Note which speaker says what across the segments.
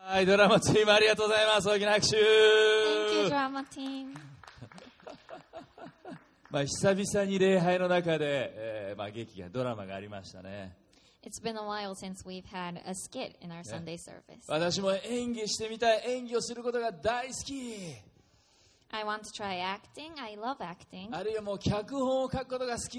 Speaker 1: はい、ドラマチームありがとうございます。大きな拍手。
Speaker 2: Thank
Speaker 1: Uh,
Speaker 2: you, drama team.
Speaker 1: まあ、久々に礼拝の中で、えーまあ、劇がドラマがありましたね
Speaker 2: It's been a while since we've had a skit in our Sunday service.
Speaker 1: 私も演技してみたい演技をすることが大好き
Speaker 2: I want to try acting. I love acting.
Speaker 1: あるいはもう脚本を書くことが好き、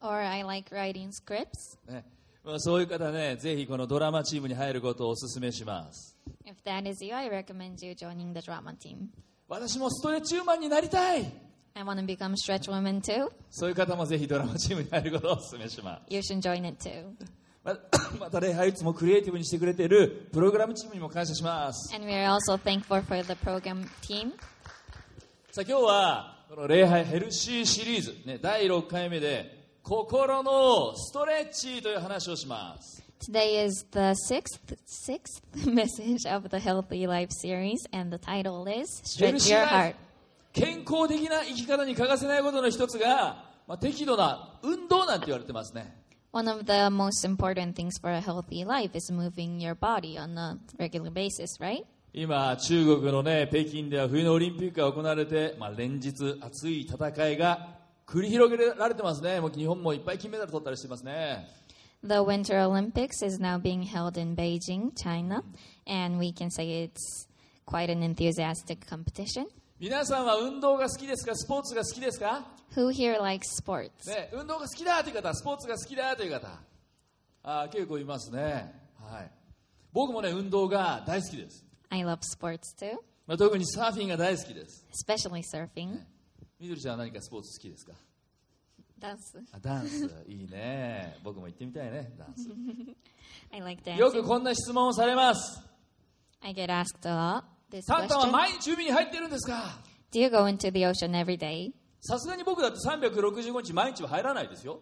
Speaker 2: Or I like writing scripts.
Speaker 1: ねまあ、そういう方ねぜひこのドラマチームに入ることをお勧めします
Speaker 2: If that is you, I recommend you joining the drama team.
Speaker 1: 私もストレッチウーマンになりたい
Speaker 2: I want to become stretch women too.
Speaker 1: そういう方もぜひドラマチームに入ることをお勧めします
Speaker 2: You should join it too.
Speaker 1: ままた礼拝いつもクリエイティブにしてくれているプログラムチームにも感謝します
Speaker 2: And we are also thankful for the program team.
Speaker 1: さあ今日はこの礼拝ヘルシーシリーズ、ね、第6回目で心のストレッチという話をします
Speaker 2: Today is the sixth sixth message of the Healthy Life series, and the title is Stretch Your Heart.
Speaker 1: 健康的な生き方に欠かせないことの一つが、まあ、適度な運動なんて言われてますね
Speaker 2: One of the most important things for a healthy life is moving your body on a regular basis, right?
Speaker 1: 今中国のね北京では冬のオリンピックが行われて、まあ、連日熱い戦いが繰り広げられてますねもう日本もいっぱい金メダル取ったりしてますね
Speaker 2: The Winter Olympics is now being held in Beijing, China, and we can say it's quite an enthusiastic competition.
Speaker 1: 皆さんは運動が好きですかスポーツが好きですか
Speaker 2: Who here likes sports?
Speaker 1: ね、運動が好きだという方、スポーツが好きだという方、あー結構いますね、はい、僕もね、運動が大好きです、
Speaker 2: I love sports too,
Speaker 1: まあ、特にサーフィンが大好きです、
Speaker 2: especially surfing.
Speaker 1: みどりちゃんは何かスポーツ好きですか
Speaker 2: That's
Speaker 1: あダンス、いいね、僕も行ってみたいね、ダンス。
Speaker 2: I like
Speaker 1: よく
Speaker 2: dancing.
Speaker 1: こんな質問をされます、
Speaker 2: I get asked a lot this
Speaker 1: タンタンは
Speaker 2: question.
Speaker 1: 毎日海に入ってるんですか
Speaker 2: Do you go into the ocean every day?
Speaker 1: さすがに僕だって365日、毎日は入らないですよ、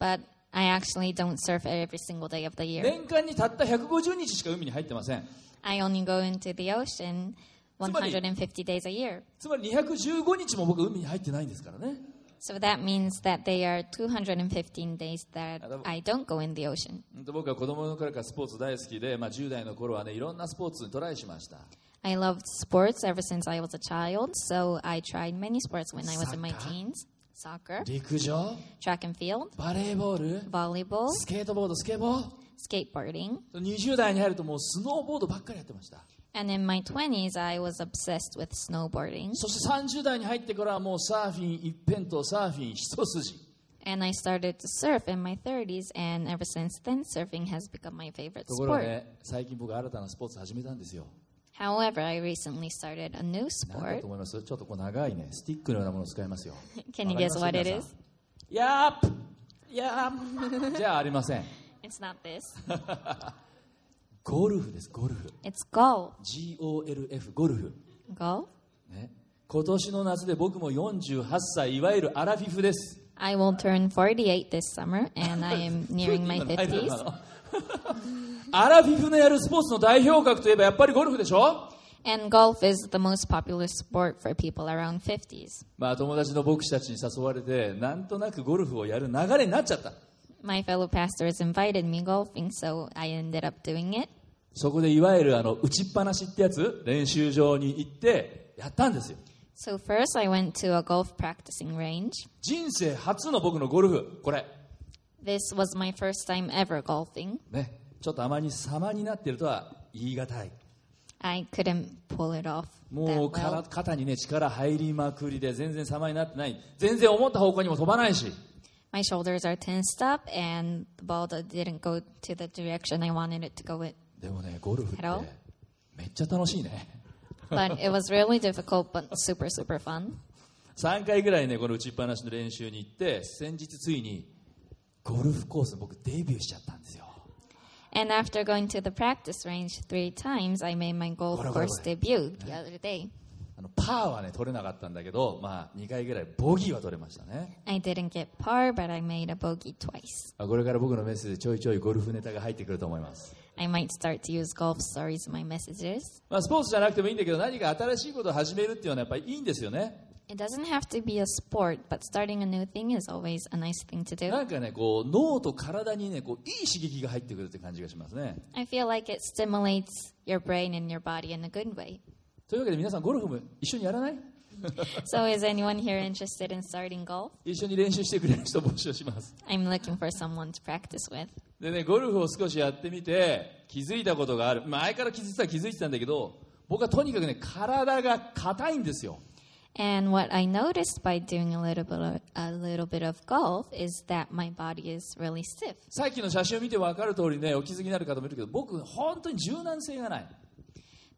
Speaker 2: But I actually don't surf every single day of the year.
Speaker 1: 年間にたった150日しか海に入ってません、
Speaker 2: I only go into the ocean 150 days a year.
Speaker 1: つまり215日も僕、海に入ってないんですからね。
Speaker 2: So that means that they are 215 days that
Speaker 1: Ah, that-
Speaker 2: I don't go in the ocean.
Speaker 1: 本当僕は子供の頃からスポーツ大好きで、まあ、10代の頃はねいろんなスポーツにトライしました
Speaker 2: I loved sports ever since I was a child, so I tried many sports when I was in my
Speaker 1: Soccer.
Speaker 2: teens soccer,
Speaker 1: 陸上
Speaker 2: track and field,
Speaker 1: バレーボール
Speaker 2: volleyball,
Speaker 1: スケートボードスケボー
Speaker 2: skateboarding.
Speaker 1: 20代に入るともうスノーボードばっかりやってました
Speaker 2: And in my 20s, I was obsessed with snowboarding.
Speaker 1: そして30代に入ってからはもうサーフィン一辺倒サーフィン一筋
Speaker 2: And I started to surf in my 30s, and ever since then, surfing has become my favorite
Speaker 1: ところ
Speaker 2: sport.
Speaker 1: で、ね、最近僕新たなスポーツ始めたんですよ
Speaker 2: However, I recently started a new
Speaker 1: 何だ
Speaker 2: sport.
Speaker 1: と思いますちょっとこう長いねスティックのようなものを使いますよ
Speaker 2: Can you guess
Speaker 1: わ
Speaker 2: what
Speaker 1: か
Speaker 2: it
Speaker 1: りま
Speaker 2: is?
Speaker 1: すやーっやーっじゃあありません
Speaker 2: It's not this.
Speaker 1: ゴルフですゴルフ
Speaker 2: It's golf.
Speaker 1: GOLF ゴルフ
Speaker 2: Golf?
Speaker 1: ね、今年の夏で僕も48歳いわゆるアラフィフです
Speaker 2: I will turn 48 this summer, and I am nearing my
Speaker 1: 今 のアイドルな
Speaker 2: 50s.
Speaker 1: のアラフィフのやるスポーツの代表格といえばやっぱりゴルフでしょ
Speaker 2: And golf is the most popular sport for people around 50s.
Speaker 1: まあ友達の牧師たちに誘われてなんとなくゴルフをやる流れになっちゃった
Speaker 2: My fellow pastors invited me golfing, so I ended up doing it.
Speaker 1: そこでいわゆるあの打ちっぱなしってやつ練習場に行ってやったんですよ
Speaker 2: So first, I went to a golf practicing range.
Speaker 1: 人生初の僕のゴルフこれ
Speaker 2: This was my first time ever golfing.
Speaker 1: ねちょっとあまり様になってるとは言い難い
Speaker 2: I couldn't pull it off
Speaker 1: も
Speaker 2: that
Speaker 1: うから
Speaker 2: well.
Speaker 1: 肩にね力入りまくりで全然様になってない全然思った方向にも飛ばないし
Speaker 2: My shoulders are tensed up, and the ball didn't go to the direction I wanted it to go in.
Speaker 1: でもねゴルフって
Speaker 2: やろ
Speaker 1: めっちゃ楽しいね
Speaker 2: but it was really difficult but super super fun
Speaker 1: 3回ぐらいねこの打ちっぱなしの練習に行って先日ついにゴルフコース僕デビューしちゃったんですよ
Speaker 2: and after going to the practice range three times i made my golf
Speaker 1: What a-
Speaker 2: course
Speaker 1: what
Speaker 2: debut the other day
Speaker 1: あのパーはね取れなかったんだけどまあ2回ぐらいボギーは取れましたね
Speaker 2: i didn't get par but i made a bogey twice
Speaker 1: あこれから僕のメッセージちょいちょいゴルフネタが入ってくると思います、
Speaker 2: i might start to use golf stories in my messages
Speaker 1: まあ、スポーツじゃなくてもいいんだけど何か新しいことを始めるっていうのはやっぱりいいんですよね
Speaker 2: It doesn't have to be a sport, but starting a new thing is always a nice thing to do.
Speaker 1: なんかねこう脳と体にねこういい刺激が入ってくるって感じがしますね
Speaker 2: I feel like it stimulates your brain and your body in a good way.
Speaker 1: というわけで皆さんゴルフも一緒にやらない
Speaker 2: So, is anyone here interested in starting golf?
Speaker 1: 一緒に練習してくれる人募集します
Speaker 2: I'm looking for someone to practice with.
Speaker 1: でねゴルフを少しやってみて気づいたことがある、まあ、前から気づいてたら気づいてたんだけど僕はとにかくね体が硬いんですよ
Speaker 2: And what I noticed by doing a little bit of, a little bit of golf is that my body is really stiff.
Speaker 1: さっきの写真を見て分かる通りねお気づきになる方もいるけど僕本当に柔軟性がない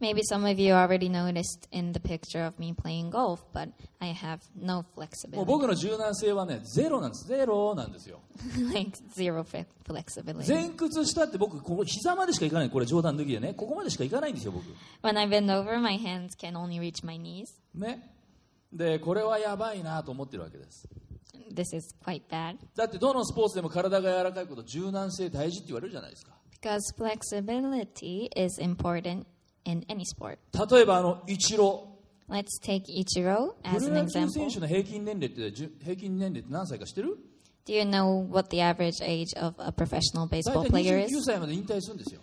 Speaker 2: Maybe some of you already noticed in the picture of me playing golf, but I have no
Speaker 1: もう
Speaker 2: flexibility,
Speaker 1: 僕の柔軟性はねゼロなんですゼロなんですよ
Speaker 2: like zero fle- flexibility.
Speaker 1: 前屈したって僕ここ膝までしかいかないこれ冗談抜きでねここまでしかいかないんですよ僕
Speaker 2: When I bend over, my hands can only reach my knees.
Speaker 1: ねでこれはやばいなと思ってるわけです
Speaker 2: This is quite bad
Speaker 1: だってどのスポーツでも体が柔らかいこと柔軟性大事って言われるじゃないですか
Speaker 2: because flexibility is important in any sport.
Speaker 1: 例えばあのイチロー
Speaker 2: Let's take Ichiro
Speaker 1: プ
Speaker 2: as
Speaker 1: ロ
Speaker 2: an
Speaker 1: 野球
Speaker 2: example.
Speaker 1: 選手の平均年齢ってじゅ平均年齢って何歳か知ってる
Speaker 2: Do you know what the average age of a professional
Speaker 1: 大
Speaker 2: baseball
Speaker 1: 体29
Speaker 2: player is?
Speaker 1: 歳まで引退するんですよ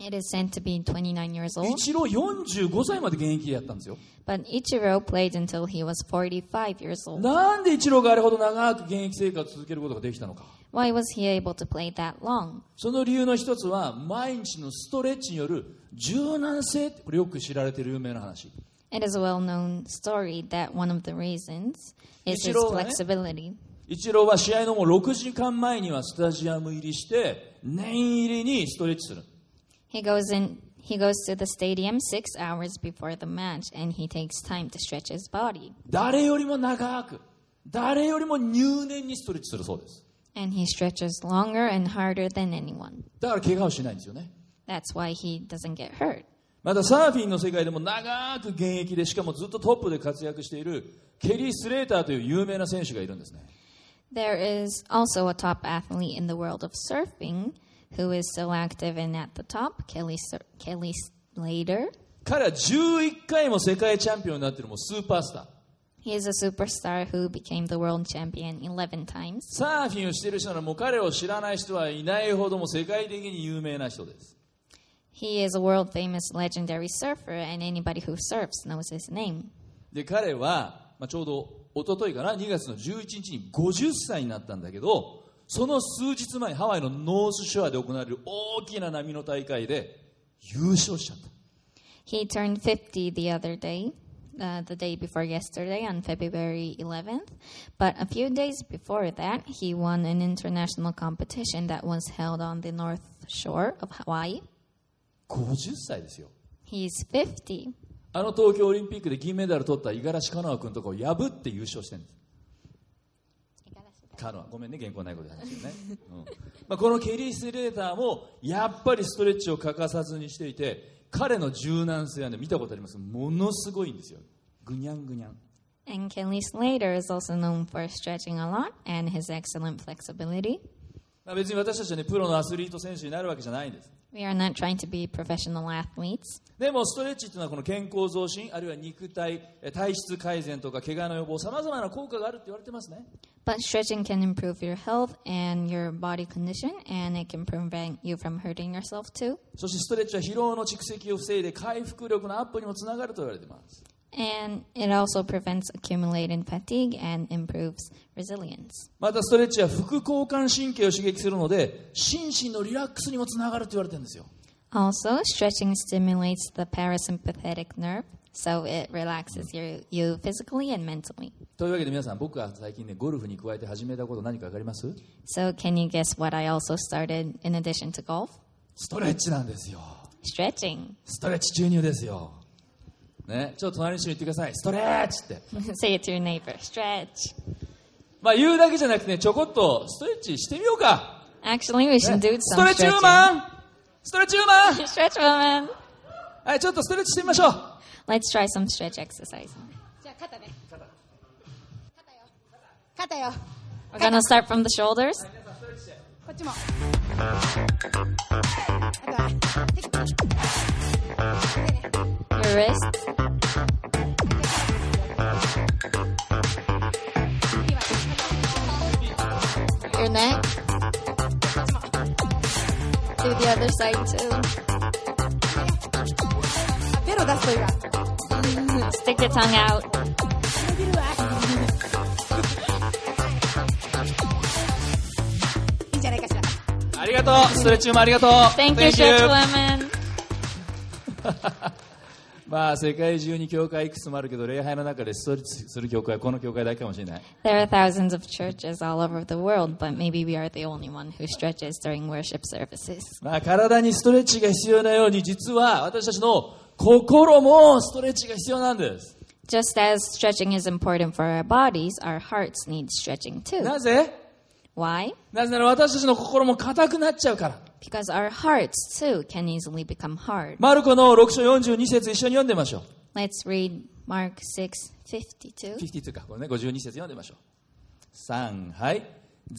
Speaker 2: It is said to be 29 years old,
Speaker 1: 一郎45歳まで現役でやったんですよ
Speaker 2: but Ichiro played until he was 45 years old.
Speaker 1: なんで一郎があれほど長く現役生活を続けることができたのか
Speaker 2: Why was he able to play that long?
Speaker 1: その理由の一つは毎日のストレッチによる柔軟性ってこれよく知られてる有名な話
Speaker 2: It is a well known story that one of the reasons is his
Speaker 1: Ichiro がね。
Speaker 2: flexibility.
Speaker 1: 一郎は試合のもう6時間前にはスタジアム入りして念入りにストレッチする
Speaker 2: He goes in he goes to the stadium six hours before the match and he takes time to stretch his body.
Speaker 1: 誰よりも長く誰よりも入念にストレッチするそうです
Speaker 2: And he stretches longer and harder than anyone.
Speaker 1: だから怪我をしないんですよね
Speaker 2: That's why he doesn't get hurt.
Speaker 1: またサーフィンの世界でも長く現役でしかもずっとトップで活躍しているケリー・スレーターという有名な選手がいるんですね
Speaker 2: There is also a top athlete in the world of surfing who is still active and at the top, Kelly, Sur- Kelly Slater.
Speaker 1: 彼は11回も世界チャンピオンになっているもうスーパースター
Speaker 2: He is a superstar who became the world champion 11 times.
Speaker 1: サーフィンをしている人ならもう彼を知らない人はいないほどもう世界的に有名な人です
Speaker 2: He is a world famous legendary surfer, and anybody who surfs knows his name.
Speaker 1: で彼は、まあ、ちょうど一昨日かな2月の11日に50歳になったんだけどその数日前にハワイのノースショアで行われる大きな波の大会で優勝しちゃった
Speaker 2: He turned 50 the other day, uh, the day before yesterday on February 11th. But a few days before that, he won an international competition that was held on the North Shore of Hawaii.
Speaker 1: 50歳ですよ
Speaker 2: He's 50.
Speaker 1: あの東京オリンピックで銀メダル取った五十嵐カノア君とかを破って優勝してるんです。カノア、ごめんね、原稿ないことで話してるね。うん まあ、このケリー・スレーターもやっぱりストレッチを欠かさずにしていて、彼の柔軟性はね、見たことありますものすごいんですよ。ぐにゃんぐにゃん。
Speaker 2: And Kelly Slater is also known for stretching a lot and his excellent flexibility.
Speaker 1: まあ、別に私たちはね、プロのアスリート選手になるわけじゃないんです。
Speaker 2: We are not trying to be professional athletes,
Speaker 1: でもストレッチっていうのはこの健康増進、あるいは肉体、え体質改善とか怪我の予防、さまざまな効果があるって言われてますね。
Speaker 2: but stretching can improve your health and your body condition, and it can prevent you from hurting yourself too.
Speaker 1: そしてストレッチは疲労の蓄積を防いで回復力のアップにもつながると言われています。
Speaker 2: And it also prevents accumulating fatigue and improves resilience.
Speaker 1: またストレッチは副交感神経を刺激するので心身のリラックスにもつながると言われてるんですよ。
Speaker 2: Also, stretching stimulates the parasympathetic nerve, so it relaxes your, you physically and mentally.
Speaker 1: というわけで皆さん僕が最近ねゴルフに加えて始めたこと何か分かります
Speaker 2: So, can you guess what I also started in addition to golf?
Speaker 1: ストレッチなんですよ。
Speaker 2: Stretching.
Speaker 1: ストレッチ注入ですよ。ね、ちょっと隣の人に言ってください。ストレッチって。
Speaker 2: Say it to your neighbor. Stretch.
Speaker 1: まあ言うだけじゃなくてね、ちょこっとストレッチしてみようか。
Speaker 2: Actually, we
Speaker 1: ね
Speaker 2: should do
Speaker 1: スト
Speaker 2: some
Speaker 1: レッチウ
Speaker 2: stretching.
Speaker 1: ーマンストレッチウーマン
Speaker 2: Stretch woman.
Speaker 1: はい、ちょっとストレッチしてみましょう。
Speaker 2: Let's try some stretch exercise.
Speaker 3: じゃあ肩ね。肩。肩よ。肩よ。
Speaker 2: We're gonna start from the shoulders.
Speaker 3: こっちも。あとは手首
Speaker 2: Your wrists,
Speaker 3: 手首
Speaker 2: the other side too.
Speaker 3: ベロ出すというか
Speaker 2: Stick your tongue out.
Speaker 3: 伸びるわいいんじゃないかしら
Speaker 1: ありがとうストレッチもありがとう
Speaker 2: Thank you, church women.
Speaker 1: まあ世界中に教会いくつもあるけど礼拝の中でストレッチする教会はこの教会だけかもしれない
Speaker 2: There are thousands of churches all over the world, but maybe we are the only one who stretches during worship services.
Speaker 1: まあ、体にストレッチが必要なように実は私たちの心もストレッチが必要なんです
Speaker 2: Just as stretching is important for our bodies, our hearts need stretching too.
Speaker 1: なぜ
Speaker 2: Why?
Speaker 1: なぜなら私たちの心も硬くなっちゃうから。
Speaker 2: Because our hearts too can easily become hard.
Speaker 1: マルコの6章42節一緒に読んでみましょ
Speaker 2: Let's read Mark
Speaker 1: う。
Speaker 2: 6:52.
Speaker 1: 52か、これね、52節読んでみましょう。3、はい。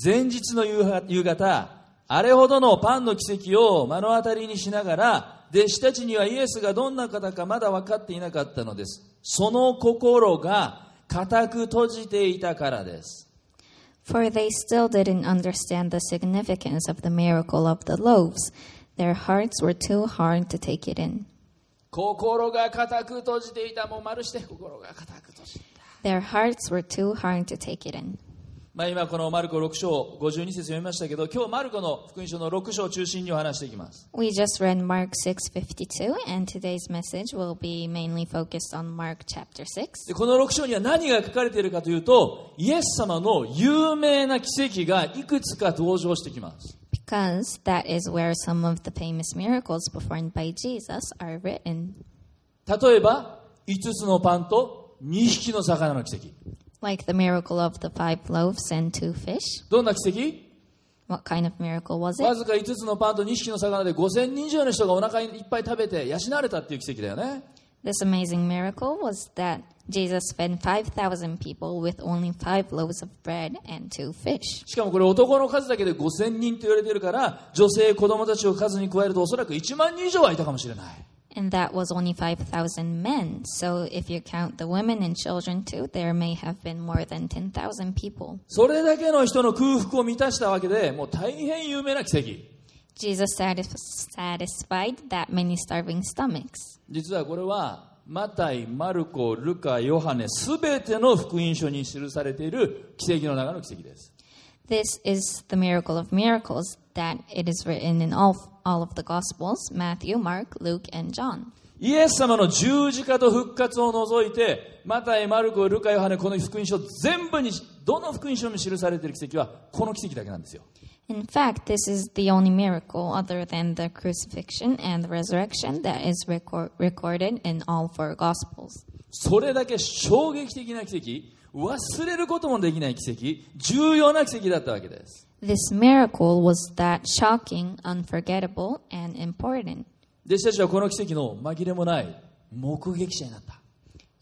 Speaker 1: 前日の夕は夕方、あれほどのパンの奇跡を目の当たりにしながら、弟子たちにはイエスがどんな方かまだ分かっていなかったのです。その心が固く閉じていたからです。
Speaker 2: For they still didn't understand the significance of the miracle of the loaves. Their hearts were too hard to take it in.
Speaker 1: 心が固く閉じていた。もう丸して、心が固く閉じていた。
Speaker 2: Their hearts were too hard to take it in.
Speaker 1: まあ、今このマルコ6章52節読みましたけど今日マルコの福音書の6章を中心にお話していきます
Speaker 2: We just read Mark 6:52 and today's message will be mainly focused on Mark chapter 6.
Speaker 1: でこの6章には何が書かれているかというとイエス様の有名な奇跡がいくつか登場してきます
Speaker 2: Because that is where some of the famous miracles performed by Jesus are written,
Speaker 1: 例えば5つのパンと2匹の魚の奇跡
Speaker 2: like the miracle of the five loaves and two fish.
Speaker 1: どんな奇
Speaker 2: What kind of miracle was
Speaker 1: 跡わ
Speaker 2: it?
Speaker 1: ずか5つのパンと2匹の魚で5000人以上の人がお腹いっぱい食べて養われたっていう奇跡だよね
Speaker 2: This amazing miracle was that Jesus fed 5,000 people with only five loaves of bread and two fish.
Speaker 1: しかもこれ男の数だけで5000人と言われているから女性子供たちを数に加えるとおそらく1万人以上はいたかもしれない
Speaker 2: And that was only 5,000 men. So if you count the women and children too, there may have been more than 10,000 people.
Speaker 1: それだけの人の空腹を満たしたわけでもう大変有名な奇跡
Speaker 2: Jesus satis- satisfied that many starving stomachs.
Speaker 1: 実はこれはマタイ、マルコ、ルカ、ヨハネすべての福音書に記されている奇跡の中の奇跡です
Speaker 2: This is the miracle of miracles that it is written in all, all of the Gospels Matthew, Mark, Luke, and John.
Speaker 1: イエス様の十字架と復活を除いてマタイ、マルコ、ルカ、ヨハネこの福音書全部にどの福音書にも記されている奇跡はこの奇跡だけなんですよ
Speaker 2: In fact, this is the only miracle other than the crucifixion and the resurrection that is recor- recorded in all four Gospels.
Speaker 1: それだけ衝撃的な奇跡忘れることもできない奇跡重要な奇跡だったわけです
Speaker 2: This miracle was that shocking, unforgettable, and important,
Speaker 1: 弟子たちはこの奇跡の紛れもない目撃者になった。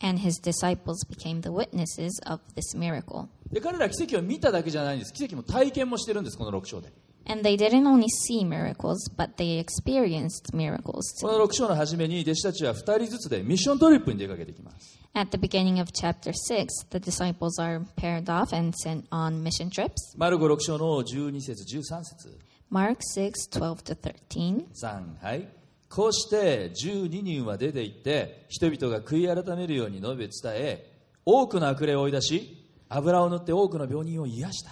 Speaker 2: and his disciples became the witnesses of this miracle.
Speaker 1: で彼らは奇跡を見ただけじゃないんです。奇跡も体験もしてるんです、この6章で。
Speaker 2: And they didn't only see miracles, but they experienced miracles
Speaker 1: こ
Speaker 2: too.
Speaker 1: の6章の初めに弟子たちは2人ずつでミッショントリップに出かけていきます。
Speaker 2: At the beginning of chapter 6, the disciples are paired off and sent on mission trips.
Speaker 1: マルコ6章の12節、13節。
Speaker 2: Mark 6 12 to 13.
Speaker 1: 3、はい。こうして12人は出て行って、人々が悔い改めるように述べ伝え、多くの悪霊を追い出し、油を塗って多くの病人を癒した。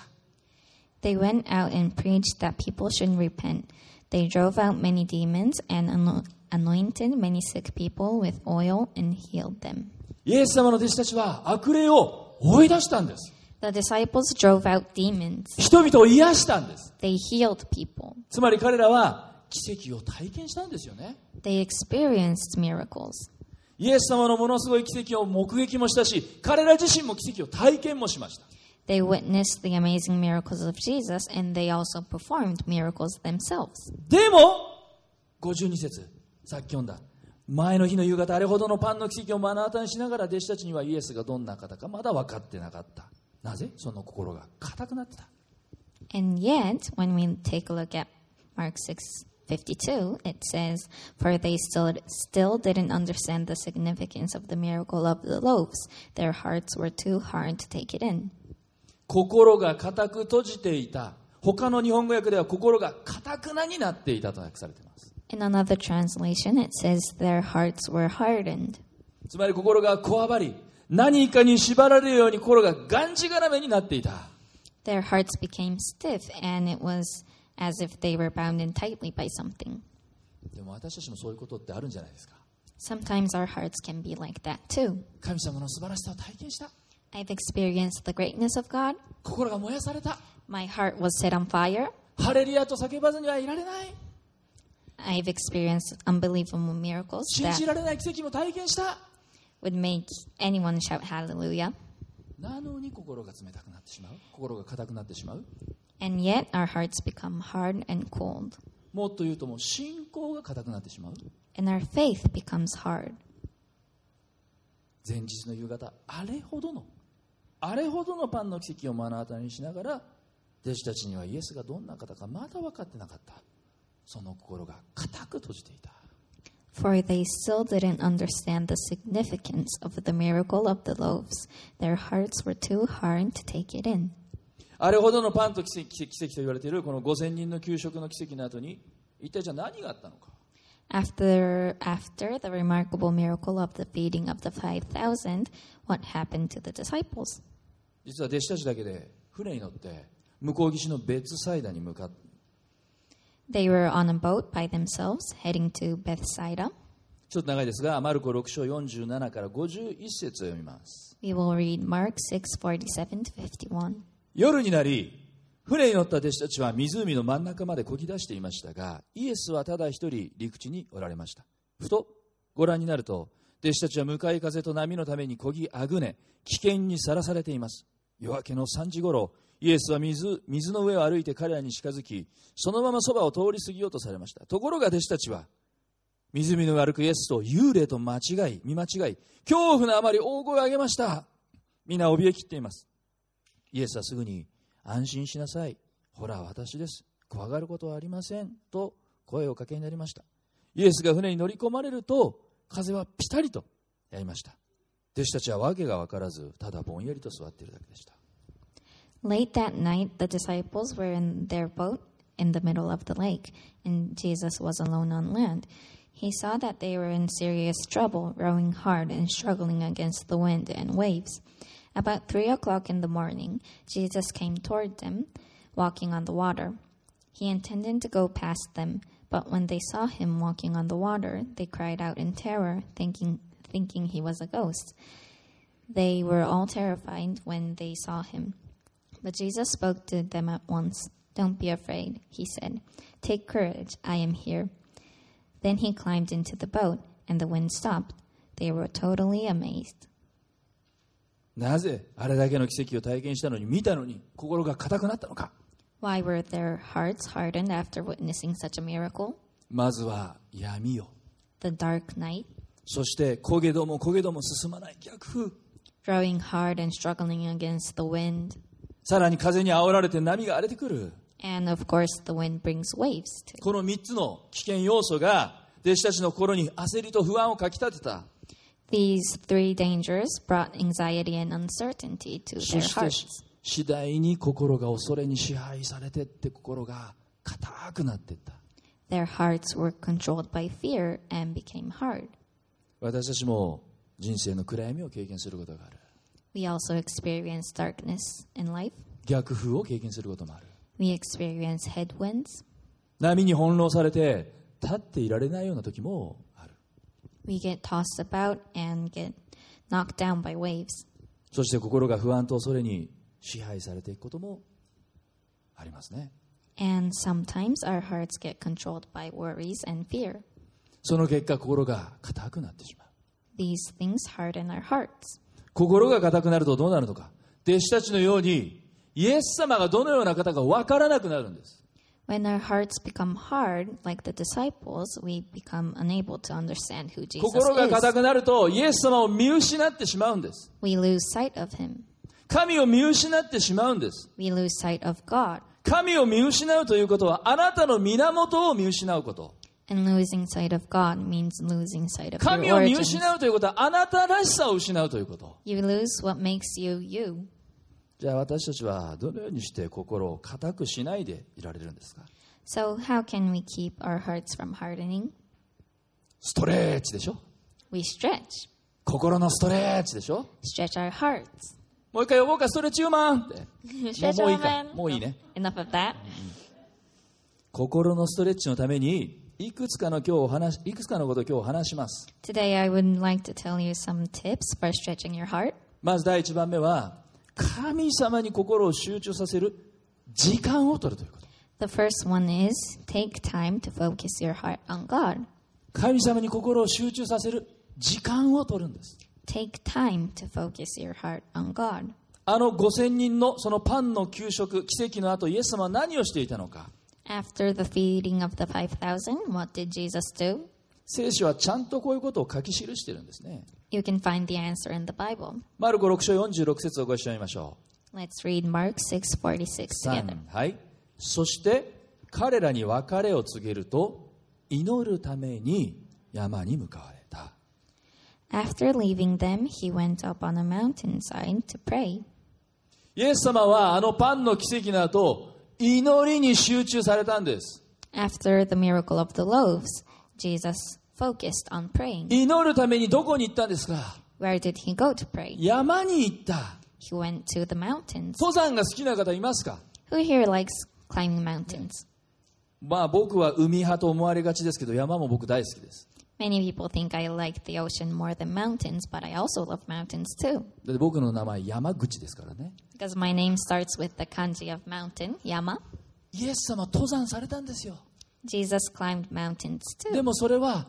Speaker 2: They went out and preached that people should repent. They drove out many demons and ano- anointed many sick people with oil and healed them.
Speaker 1: イエス様の弟子たちは悪霊を追い出したんです。
Speaker 2: The disciples drove out demons.
Speaker 1: 人々を癒したんです。
Speaker 2: They healed people.
Speaker 1: つまり彼らは奇跡を体験したんですよね
Speaker 2: They experienced miracles.
Speaker 1: イエス様のものすごい奇跡を目撃もしたし彼ら自身も奇跡を体験もしました
Speaker 2: They witnessed the amazing miracles of Jesus and they also performed miracles themselves.
Speaker 1: でも52節さっき読んだ前の日の夕方あれほどのパンの奇跡を目の当たりにしながら弟子たちにはイエスがどんな方かまだ分かってなかったなぜその心が硬くなってた
Speaker 2: And yet, when we take a look at Mark 6:52, it says, "For they still still didn't understand the significance of the miracle of the loaves. Their hearts were too hard to take it in."
Speaker 1: 心が硬く閉じていた他の日本語訳では心がかたくなになっていたと訳されています
Speaker 2: In another translation, it says their hearts were hardened.
Speaker 1: つまり心がこわばり何かに縛られるように心ががんじがらめになっていた
Speaker 2: Their hearts became stiff, and it was as if they were bound in tightly by something.
Speaker 1: でも私たちもそういうことってあるんじゃないですか
Speaker 2: Sometimes our hearts can be like that too.
Speaker 1: 神様の素晴らしさを体験した
Speaker 2: I've experienced the greatness of God.
Speaker 1: 心が燃やされた
Speaker 2: My heart was set on fire.
Speaker 1: ハレリアと叫ばずにはいられない
Speaker 2: I've experienced unbelievable miracles
Speaker 1: 信
Speaker 2: that
Speaker 1: じられない奇跡も体験した
Speaker 2: would make anyone shout hallelujah.
Speaker 1: なのに心が冷たくなってしまう心が硬くなってしまう
Speaker 2: And yet our hearts become hard and cold,
Speaker 1: もっと言うともう信仰が硬くなってしまう
Speaker 2: and our faith becomes hard.
Speaker 1: 前日の夕方あれほどのあれほどのパンの奇跡を目の当たりにしながら弟子たちにはイエスがどんな方かまだ分かってなかったその心が固く閉じていた
Speaker 2: For they still didn't understand the significance of the miracle of the loaves. Their hearts were too hard to take it in.
Speaker 1: あれほどのパンと奇跡奇跡奇跡と言われているこの5000人の給食の奇跡の後に一体じゃあ何があったのか
Speaker 2: After, after the remarkable miracle of the feeding of the 5,000, what happened to the disciples?
Speaker 1: 実は弟子たちだけで船に乗って向こう岸の別サイダに向かって
Speaker 2: They were on a boat by themselves, heading to Bethsaida.
Speaker 1: ちょっと長いですがマルコ6章47から51節を読みます
Speaker 2: We will read Mark 6 47 to 51.
Speaker 1: 夜になり船に乗った弟子たちは湖の真ん中まで漕ぎ出していましたがイエスはただ一人陸地におられましたふとご覧になると弟子たちは向かい風と波のために漕ぎあぐね危険にさらされています夜明けの3時ごろイエスは水水の上を歩いて彼らに近づきそのままそばを通り過ぎようとされましたところが弟子たちは湖の上を歩くイエスと幽霊と間違い見間違い恐怖のあまり大声を上げました皆怯えきっていますイエスはすぐに「安心しなさい。ほら、私です。怖がることはありません。」と声をかけになりました。イエスが船に乗り込まれると、風はピタリとやりました。弟子たちは訳が分からず、ただぼんやりと座っているだけでした。
Speaker 2: Late that night, the disciples were in their boat in the middle of the lake, and Jesus was alone on land. He saw that they were in serious trouble, rowing hard and struggling against the wind and waves. About three o'clock in the morning, Jesus came toward them, walking on the water. He intended to go past them, but when they saw him walking on the water, they cried out in terror, thinking, thinking he was a ghost. They were all terrified when they saw him. But Jesus spoke to them at once. Don't be afraid, he said. Take courage, I am here. Then he climbed into the boat, and the wind stopped. They were totally amazed.
Speaker 1: なぜ、あれだけの奇跡を体験したのに、見たのに、心が硬くなったのか。
Speaker 2: Why were their hearts hardened after witnessing such a miracle?
Speaker 1: まずは闇よ。
Speaker 2: The dark night,
Speaker 1: そして、焦げども焦げども進まない逆風。
Speaker 2: rowing hard and struggling against the wind.
Speaker 1: さらに風に煽られて波が荒れてくる。
Speaker 2: And of course, the wind brings waves too.
Speaker 1: この3つの危険要素が弟子たちの心に焦りと不安をかきたてた
Speaker 2: These three dangers brought anxiety and uncertainty to
Speaker 1: そ
Speaker 2: their
Speaker 1: して
Speaker 2: hearts.
Speaker 1: 次第に心が恐れに支配されてって心が硬くなっていった
Speaker 2: Their hearts were controlled by fear and became hard.
Speaker 1: 私たちも人生の暗闇を経験することがある
Speaker 2: We also experience darkness in life.
Speaker 1: 逆風を経験することもある
Speaker 2: We experience headwinds.
Speaker 1: 波に翻弄されて立っていられないような時もある
Speaker 2: We get tossed about and get knocked down by waves.
Speaker 1: そして心が不安と恐れに支配されていくこともありますね
Speaker 2: And sometimes our hearts get controlled by worries and fear.
Speaker 1: その結果心が硬くなってしまう
Speaker 2: These things harden our hearts.
Speaker 1: 心が硬くなるとどうなるのか弟子たちのようにイエス様がどのような方か分からなくなるんです
Speaker 2: When our hearts become hard, like the disciples, we become unable to understand who Jesus
Speaker 1: 心が硬
Speaker 2: is.
Speaker 1: くなるとイエス様を見失ってしまうんです
Speaker 2: We lose sight of him.
Speaker 1: 神を見失ってしまうんです
Speaker 2: We lose sight of God.
Speaker 1: 神を見失うということはあなたの源を見失うこと
Speaker 2: And losing sight of God means losing sight of
Speaker 1: 神
Speaker 2: your
Speaker 1: を見
Speaker 2: origins.
Speaker 1: 失うということはあなたらしさを失うということ
Speaker 2: You lose what makes you you.
Speaker 1: じゃあ私たちはどのようにして心を固くしないでいられるんですか
Speaker 2: So, how can we keep our hearts from hardening?
Speaker 1: ストレッチでしょ
Speaker 2: We stretch,
Speaker 1: 心のストレッチでしょ
Speaker 2: stretch our hearts.
Speaker 1: もう一回呼ぼうかストレッチウーマンって
Speaker 2: stretch
Speaker 1: もう
Speaker 2: our
Speaker 1: いいか
Speaker 2: hand.
Speaker 1: もういいね
Speaker 2: Enough of that.
Speaker 1: 心のストレッチのためにいくつかの今日お話いくつかのことを今日お話します
Speaker 2: Today, I would like to tell you some tips for stretching your heart.
Speaker 1: まず第一番目は神様に心を集中させる時間を取るということ
Speaker 2: The first one is take time to focus your heart on God.
Speaker 1: 神様に心を集中させる時間を取るんです
Speaker 2: Take time to focus your heart on God.
Speaker 1: あの5000人のそのパンの給食奇跡の後イエス様は何をしていたのか
Speaker 2: After the feeding of the 5,000, what did Jesus do?
Speaker 1: 聖書はちゃんとこういうことを書き記してるんですね
Speaker 2: You can find the answer in the Bible.
Speaker 1: マルコ6章46節をご一緒に見ましょう
Speaker 2: Let's read Mark 6:46 together.
Speaker 1: はい、そして彼らに別れを告げると祈るために山に向かわれた
Speaker 2: After leaving them, he went up on a mountainside to pray.
Speaker 1: イエス様はあのパンの奇跡の後祈りに集中されたんです
Speaker 2: After the miracle of the loaves, Jesus focused on praying.
Speaker 1: 祈るためにどこに行ったんですか
Speaker 2: Where did he go to pray?
Speaker 1: 山に行った
Speaker 2: He went to the mountains.
Speaker 1: 登山が好きな方いますか
Speaker 2: Who here likes climbing mountains?
Speaker 1: まあ僕は海派と思われがちですけど山も僕大好きです
Speaker 2: Many people think I like the ocean more than mountains, but I also love mountains too.
Speaker 1: だって僕の名前山口ですからね
Speaker 2: Because my name starts with the kanji of mountain, Yama.
Speaker 1: イエス様登山されたんですよ
Speaker 2: Jesus climbed mountains
Speaker 1: で
Speaker 2: too,
Speaker 1: もそれは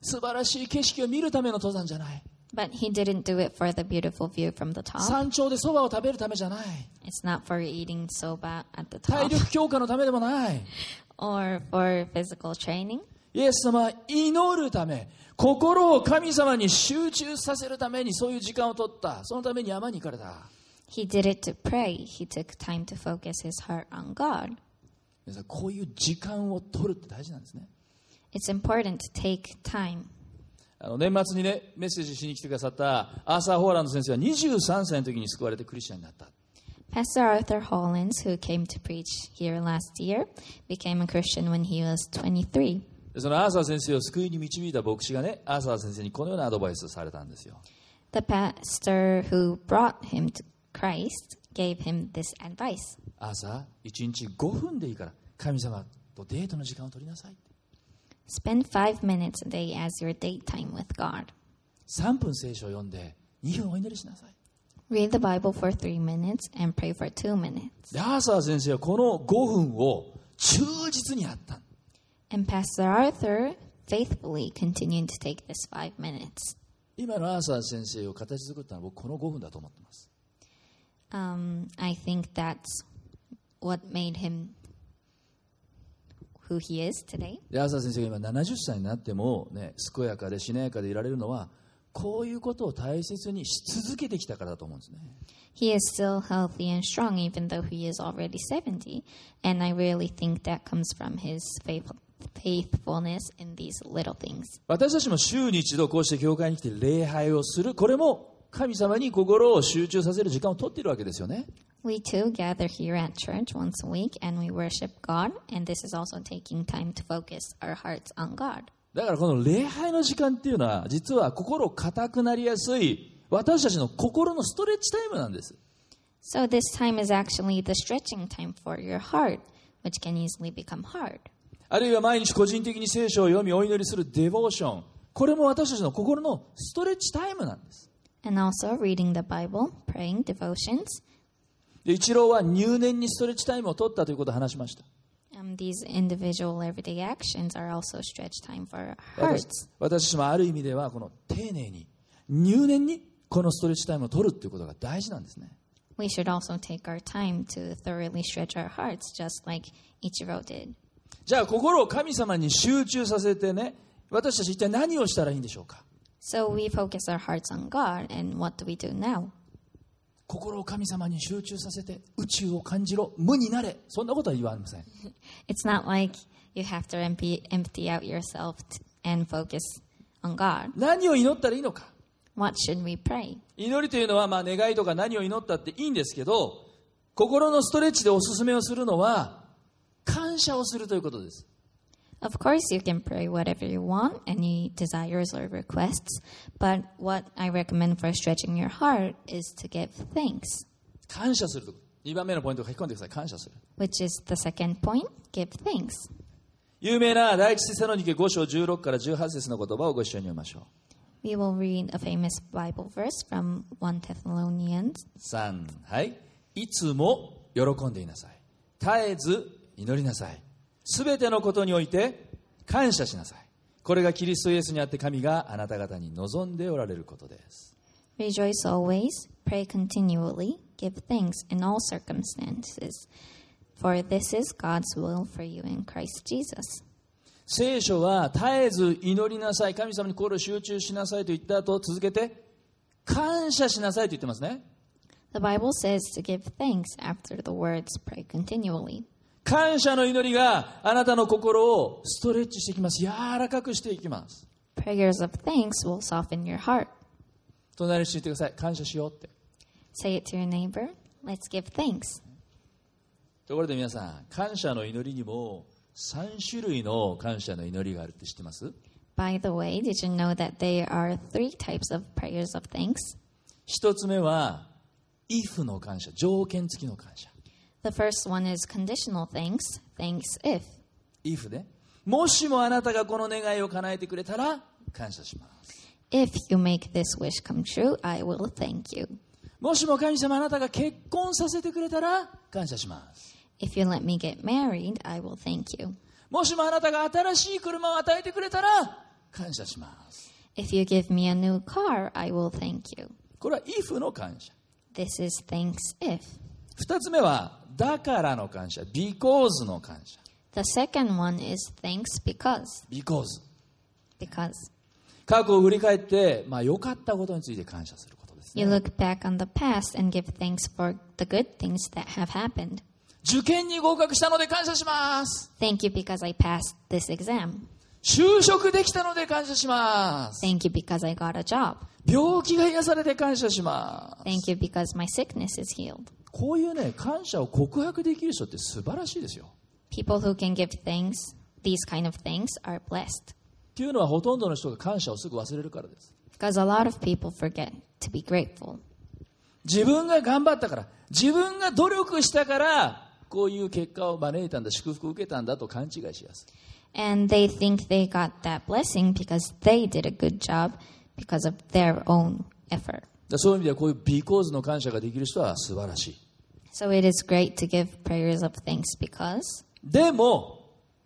Speaker 1: 素晴らしい景色を見るための登山じゃない
Speaker 2: but he didn't do it for the beautiful view from the top.
Speaker 1: 山頂でそばを食べるためじゃない
Speaker 2: It's not for eating soba at the
Speaker 1: 体
Speaker 2: top
Speaker 1: 力強化のためでもない
Speaker 2: or for physical training.
Speaker 1: イエス様は祈るため心を神様に集中させるためにそういう時間を取ったそのために山に行かれた
Speaker 2: He did it to pray. He took time to focus his heart on God.
Speaker 1: 皆さんこういう時間を取るって大事なんですね
Speaker 2: It's important to take time.
Speaker 1: あの年末にねメッセージしに来てくださったアーサー・ホーランド先生は23歳の時に救われてクリスチャンになった
Speaker 2: Pastor Arthur Hollins, who came to preach here last year, became a Christian when he was 23.
Speaker 1: でそのアーサー先生を救いに導いた牧師がねアーサー先生にこのようなアドバイスをされたんですよ
Speaker 2: The pastor who brought him to Christ gave him this advice
Speaker 1: アーサー1日5分でいいから神様とデートの時間を取りなさい
Speaker 2: spend five minutes a day as your date time with God.
Speaker 1: 3分聖書を読んで2分お祈りしなさい
Speaker 2: Read the Bible for three minutes and pray for two minutes.
Speaker 1: でアーサー先生はこの5分を忠実にやった
Speaker 2: And Pastor Arthur faithfully continued to take this five minutes.
Speaker 1: 今のアーサー先生を形作ったのは僕この5分だと思ってます
Speaker 2: Um, I think that's what made him who he is today.
Speaker 1: でアーサー先生が今70歳になってもね健やかでしなやかでいられるのはこういうことを大切にし続けてきたからだと思うんですね
Speaker 2: He is still healthy and strong, even though he is already 70. And I really think that comes from his faith- faithfulness in these little things.
Speaker 1: 私たちも週に一度こうして教会に来て礼拝をするこれも神様に心を集中させる時間を取っているわけですよね
Speaker 2: We too gather here at church once a week and we worship God. And this is also taking time to focus our hearts on God.
Speaker 1: だからこの礼拝の時間っていうのは実は心固くなりやすい私たちの心のストレッチタイムなんです
Speaker 2: So this time is actually the stretching time for your heart, which can easily become hard.
Speaker 1: あるいは毎日個人的に聖書を読みお祈りするデボーションこれも私たちの心のストレッチタイムなんです
Speaker 2: And also reading the Bible, praying devotions.
Speaker 1: で一郎は入念にストレッチタイムを取ったということを話しました
Speaker 2: Um, these individual everyday actions are also stretch time for our
Speaker 1: 私
Speaker 2: hearts.
Speaker 1: 私たちもある意味ではこの丁寧に入念にこのストレッチタイムを取るということが大事なんですね
Speaker 2: We should also take our time to thoroughly stretch our hearts, just like Ichiro did.
Speaker 1: じゃあ心を神様に集中させてね私たち一体何をしたらいいんでしょうか
Speaker 2: So we focus our hearts on God, and what do we do now?
Speaker 1: 心を神様に集中させて宇宙を感じろ無になれそんなことは言われません
Speaker 2: It's not like you have to empty, empty out yourself t- and focus on God.
Speaker 1: 何を祈ったらいいのか
Speaker 2: What should we pray?
Speaker 1: 祈りというのはまあ願いとか何を祈ったっていいんですけど心のストレッチでおすすめをするのは感謝をするということです
Speaker 2: Of course, you can pray whatever you want, any desires or requests, but what I recommend for stretching your heart is to give thanks,
Speaker 1: 感謝すると2番目のポイントを書き込んでください感謝する
Speaker 2: which is the second point give thanks.
Speaker 1: 有名な第一テサロニケ5章16から18節の言葉をご一緒に読みましょ
Speaker 2: We will read a famous Bible verse from 1 Thessalonians
Speaker 1: う3はいいつも喜んでいなさい絶えず祈りなさいすべてのことにおいて感謝しなさいこれがキリストイエスにあって神があなた方に望んでおられることです
Speaker 2: Rejoice always, pray continually, give thanks in all circumstances, for this is God's will for you in Christ Jesus.
Speaker 1: 聖書は絶えず祈りなさい神様に心を集中しなさいと言った後続けて感謝しなさいと言ってますね
Speaker 2: The Bible says to give thanks after the words pray continually.
Speaker 1: 感謝の祈りがあなたの心をストレッチしていきます柔らかくしていきます
Speaker 2: Prayers of thanks will soften your heart.
Speaker 1: 隣の人に言ってください感謝しようって
Speaker 2: Say it to your neighbor, let's give thanks.
Speaker 1: ところで皆さん感謝の祈りにも3種類の感謝の祈りがあるって知ってます
Speaker 2: By the way, did you know that there are three types of prayers of thanks?
Speaker 1: 一つ目は if の感謝条件付きの感謝
Speaker 2: The first one is conditional thanks, thanks if.
Speaker 1: if ねもしもあなたがこの願いを叶えてくれたら感謝します
Speaker 2: If you make this wish come true, I will thank you.
Speaker 1: もしも神様あなたが結婚させてくれたら感謝します。
Speaker 2: If you let me get married, I will thank you.
Speaker 1: もしもあなたが新しい車を与えてくれたら感謝します。
Speaker 2: If you give me a new car, I will thank you.
Speaker 1: これは if の感謝。
Speaker 2: This is thanks if.
Speaker 1: 二つ目はだからの感謝。because の感謝。
Speaker 2: The second one is thanks because.
Speaker 1: because。
Speaker 2: Because
Speaker 1: 過去を振り返って、まあ良かったことについて感謝することです、ね。
Speaker 2: you look back on the past and give thanks for the good things that have happened.
Speaker 1: 受験に合格したので感謝します。
Speaker 2: Thank you because I passed this exam.
Speaker 1: 就職できたので感謝します。
Speaker 2: Thank you because I got a job.
Speaker 1: 病気が癒されて感謝します。
Speaker 2: Thank you because my sickness is healed.
Speaker 1: こういうね、感謝を告白できる人って素晴らしいですよ。
Speaker 2: People who can give thanks, these kind of things, are blessed.
Speaker 1: っていうのはほとんどの人が感謝をすぐ忘れるからです。
Speaker 2: Because a lot of people forget to be grateful.
Speaker 1: 自分が頑張ったから、自分が努力したから、こういう結果を招いたんだ、祝福を受けたんだと勘違いしやすい。
Speaker 2: And they think they got that blessing because they did a good job because of their own effort.
Speaker 1: だそういう意味ではこういう because の感謝ができる人は素晴らしい。
Speaker 2: So it is great to give prayers of thanks because,
Speaker 1: でも、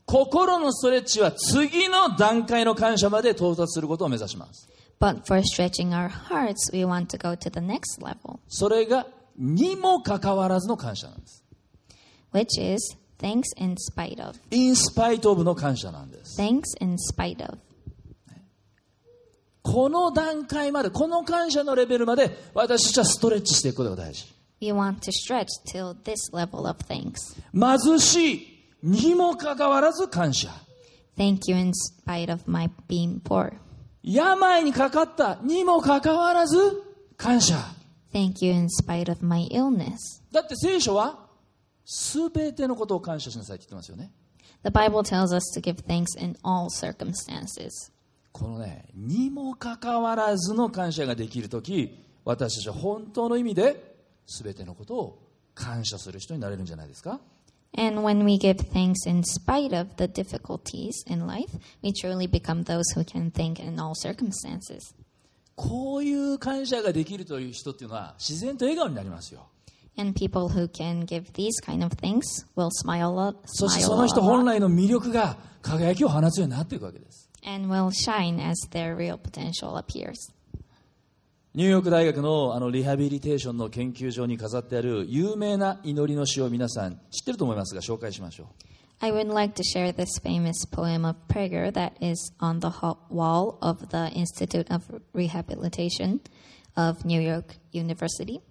Speaker 1: 心のストレッチは次の段階の感謝まで到達することを目指します。
Speaker 2: but for stretching our hearts, we want to go to the next level,
Speaker 1: それが、にもかかわらずの感謝なんです。
Speaker 2: which is thanks in spite of.
Speaker 1: インスパイトオブの感謝なんです。
Speaker 2: Thanks in spite of.
Speaker 1: この段階まで、この感謝のレベルまで、私たちはストレッチしていくことが大事。
Speaker 2: We want to stretch till this level of thanks.
Speaker 1: 貧しいにもかかわらず感謝
Speaker 2: Thank you in spite of my being poor.
Speaker 1: 病にかかったにもかかわらず感謝
Speaker 2: Thank you in spite of my illness.
Speaker 1: だって聖書は全てのことを感謝しなさいって言ってますよね
Speaker 2: The Bible tells us to give thanks in all circumstances.
Speaker 1: このねにもかかわらずの感謝ができる時私たちは本当の意味で全てのことを感謝する人になれるんじゃないですか
Speaker 2: And when we give thanks in spite of the difficulties in life, we truly become those who can think in all circumstances.
Speaker 1: こういう感謝ができるという人っていうのは自然と笑顔になりますよ
Speaker 2: And people who can give these kind of things will smile a,
Speaker 1: そして
Speaker 2: smile
Speaker 1: その
Speaker 2: a
Speaker 1: 人本
Speaker 2: lot
Speaker 1: 来の魅力が輝きを放つようになっていくわけです
Speaker 2: and will shine as their real potential appears.
Speaker 1: ニューヨーク大学のあのリハビリテーションの研究所に飾ってある有名な祈りの詩を皆さん知ってると思いますが紹介しましょ
Speaker 2: I would like to share this famous poem of prayer that is on the ho- wall of the Institute of Rehabilitation of New York University.
Speaker 1: う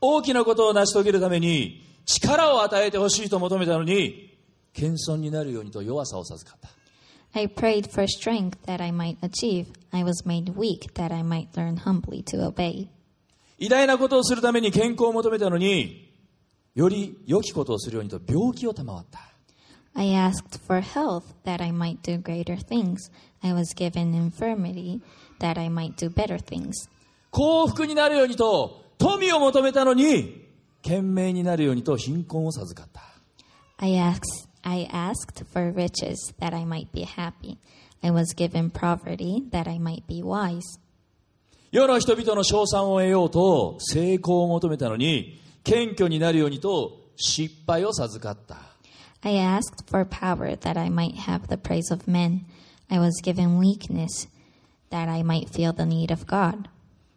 Speaker 1: 大きなことを成し遂げるために力を与えてほしいと求めたのに謙遜になるようにと弱さを授かった
Speaker 2: I prayed for strength that I might achieve. I was made weak that I might learn humbly to obey.
Speaker 1: 偉大なことをするために健康を求めたのにより良きことをするようにと病気を賜った。
Speaker 2: I asked for health that I might do greater things. I was given infirmity that I might do better things.
Speaker 1: 幸福になるようにと富を求めたのに、賢明になるようにと貧困を授かった。
Speaker 2: I asked, I asked for riches that I might be happy. I was given poverty that I might be wise.
Speaker 1: 世の人々の称賛を得ようと成功を求めたのに、謙虚になるようにと失敗を授かった。
Speaker 2: I asked for power that I might have the praise of men. I was given weakness that I might feel the need of God.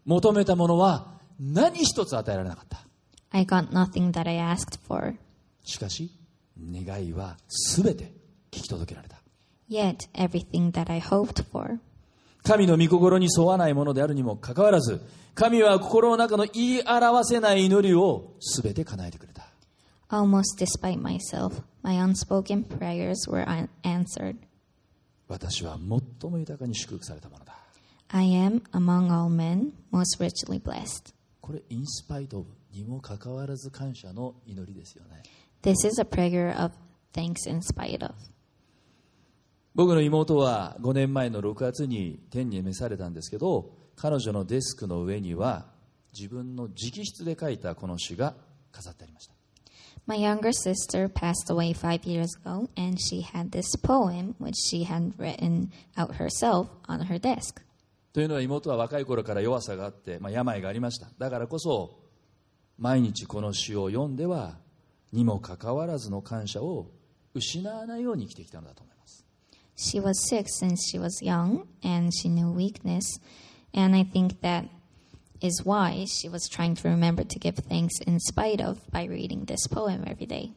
Speaker 1: 求めたものは何一つ与えられなかった。
Speaker 2: I got nothing that I asked for.
Speaker 1: しかし、願いはすべて聞き届けられた。
Speaker 2: Yet everything that I hoped for.
Speaker 1: 神の御心に沿わないものであるにもかかわらず、神は心の中の言い表せない祈りをすべて叶えてくれた。
Speaker 2: Almost despite myself, my unspoken prayers were unanswered.
Speaker 1: 私は最も豊かに祝福されたものだ。
Speaker 2: I am, among all men, most richly blessed.
Speaker 1: これ、インスパイトにもかかわらず感謝の祈りですよね。
Speaker 2: This is a prayer of thanks in spite of.
Speaker 1: 僕の妹は5年前の6月に天に召されたんですけど、彼女のデスクの上には自分の直筆で書いたこの詩が飾ってありました。
Speaker 2: My younger sister passed away five years ago, and she had this poem which she had written out herself on her desk.
Speaker 1: というのは妹は若い頃から弱さがあって、まあ、病がありましただからこそ毎日この詩を読んではにもかかわらずの感謝を失わないように生きてきたのだと思います
Speaker 2: She was sick since she was young, and she knew weakness, and I think that is why she was trying to remember to give thanks in spite of by reading this poem every day.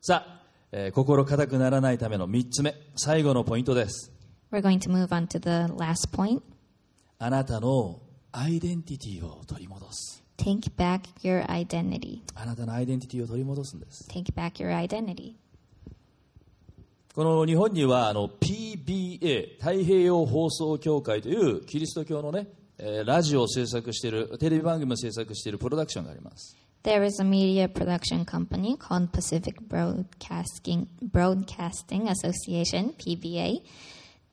Speaker 1: さあ、えー心固くならないための3つ目最後のポイントです
Speaker 2: We're going to move on to the last point.
Speaker 1: あなたのアイデンティティを取り戻す
Speaker 2: Take back your identity.
Speaker 1: あなたのアイデンティティを取り戻すんです
Speaker 2: Take back your identity.
Speaker 1: この日本にはあの PBA 太平洋放送協会というキリスト教のね、えーラジオを制作しているテレビ番組を制作しているプロダクションがあります
Speaker 2: There is a media production company called Pacific Broadcasting Broadcasting Association (PBA)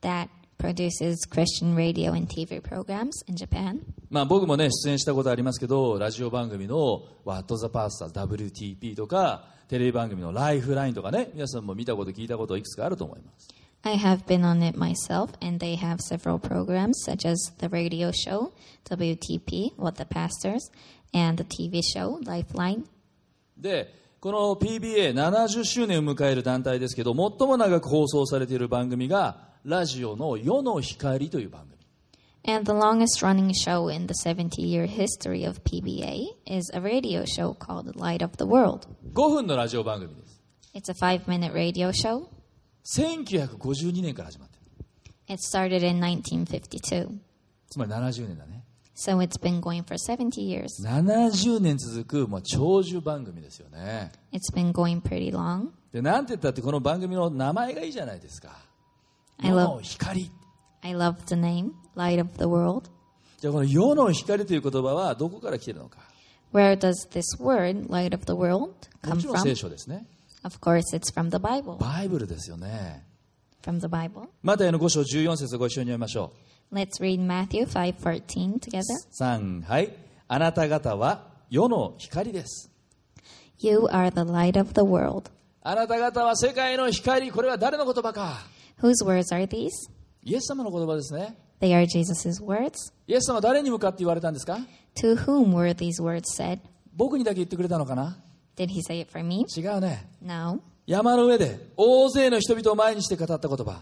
Speaker 2: that produces Christian radio and TV programs in Japan.
Speaker 1: まあ、僕もね出演したことありますけどラジオ番組の「What the Past」WTP とかテレビ番組の「ライフライン」とかね皆さんも見たこと聞いたこといくつかあると思います
Speaker 2: I have been on it myself, and they have several programs such as the radio show WTP (What the Pastors) and the TV show Lifeline.
Speaker 1: でこの PBA70 周年を迎える団体ですけど最も長く放送されている番組がラジオの「世の光」という番組
Speaker 2: And the longest running show in the 70 year history of PBA is a radio show called Light of the World.
Speaker 1: 5分のラジオ番組です
Speaker 2: It's a five minute radio show.
Speaker 1: 1952年から始まってる
Speaker 2: It started in 1952,
Speaker 1: つまり70年だね
Speaker 2: so it's been going for 70 years.
Speaker 1: 70年続く、まあ、長寿番組ですよね
Speaker 2: It's been going pretty long.
Speaker 1: でなんて言ったってこの番組の名前がいいじゃないですか
Speaker 2: I
Speaker 1: 世
Speaker 2: love-
Speaker 1: の光
Speaker 2: I love the name, Light of the World.
Speaker 1: じゃあこの世の光という言葉はどこから来てるのか
Speaker 2: Where does this word, Light of the World,
Speaker 1: も
Speaker 2: come
Speaker 1: ちろん聖
Speaker 2: from?
Speaker 1: 書ですね
Speaker 2: Of course, it's from the Bible.
Speaker 1: バイブルですよね
Speaker 2: From the Bible.
Speaker 1: マタイの5章14節をご一緒に読みましょ
Speaker 2: Let's read Matthew 5:14 together.
Speaker 1: う3はいあなた方は世の光です
Speaker 2: You are the light of the world.
Speaker 1: あなた方は世界の光これは誰の言葉か
Speaker 2: Whose words are these?
Speaker 1: イエス様の言葉ですね
Speaker 2: They are Jesus' words.
Speaker 1: イエス様は誰に向かって言われたんですか
Speaker 2: To whom were these words said?
Speaker 1: 僕にだけ言ってくれたのかな
Speaker 2: Did he say it for me?
Speaker 1: 違うね
Speaker 2: No.
Speaker 1: 山の上で大勢の人々を前にして語った言葉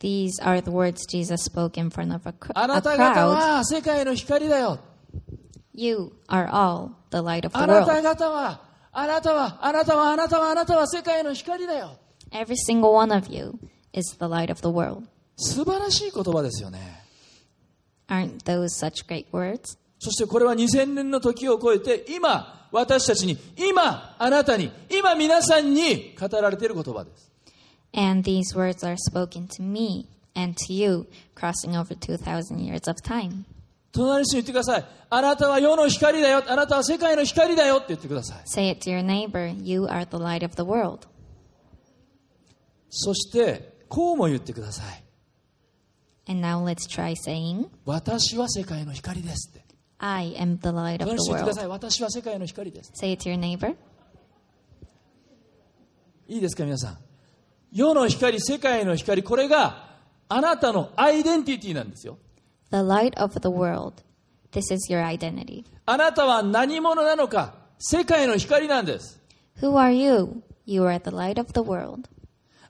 Speaker 2: These are the words Jesus spoke in front of a, cr-
Speaker 1: あ
Speaker 2: a
Speaker 1: なた方
Speaker 2: crowd.
Speaker 1: は世界の光だよ
Speaker 2: You are all the light of the
Speaker 1: あなた
Speaker 2: world.
Speaker 1: 方はあなたはあなたはあなたはあなたは世界の光だよ
Speaker 2: Every single one of you is the light of the world.
Speaker 1: 素晴らしい言葉ですよね
Speaker 2: Aren't those such great words?
Speaker 1: そしてこれは2000年の時を超えて今私たちに今あなたに今皆さんに語られている言葉です
Speaker 2: And these words are spoken to me and to you, crossing over 2,000 years of time.
Speaker 1: 隣の人に言ってください。あなたは世の光だよ。あなたは世界の光だよって言ってください。
Speaker 2: Say it to your neighbor, you are the light of the world.
Speaker 1: そして、こうも言ってください。
Speaker 2: And now let's try saying,
Speaker 1: 私は世界の光ですって。
Speaker 2: I am the light of
Speaker 1: 隣の
Speaker 2: the
Speaker 1: 人に言ってくださ
Speaker 2: world.
Speaker 1: い。私は世界の光です。
Speaker 2: Say it to your neighbor.
Speaker 1: いいですか、皆さん。世の光、世界の光、これがあなたのアイデンティティなんですよ。
Speaker 2: The light of the world. This is your identity.
Speaker 1: あなたは何者なのか、世界の光なんです。
Speaker 2: Who are you? You are the light of the world.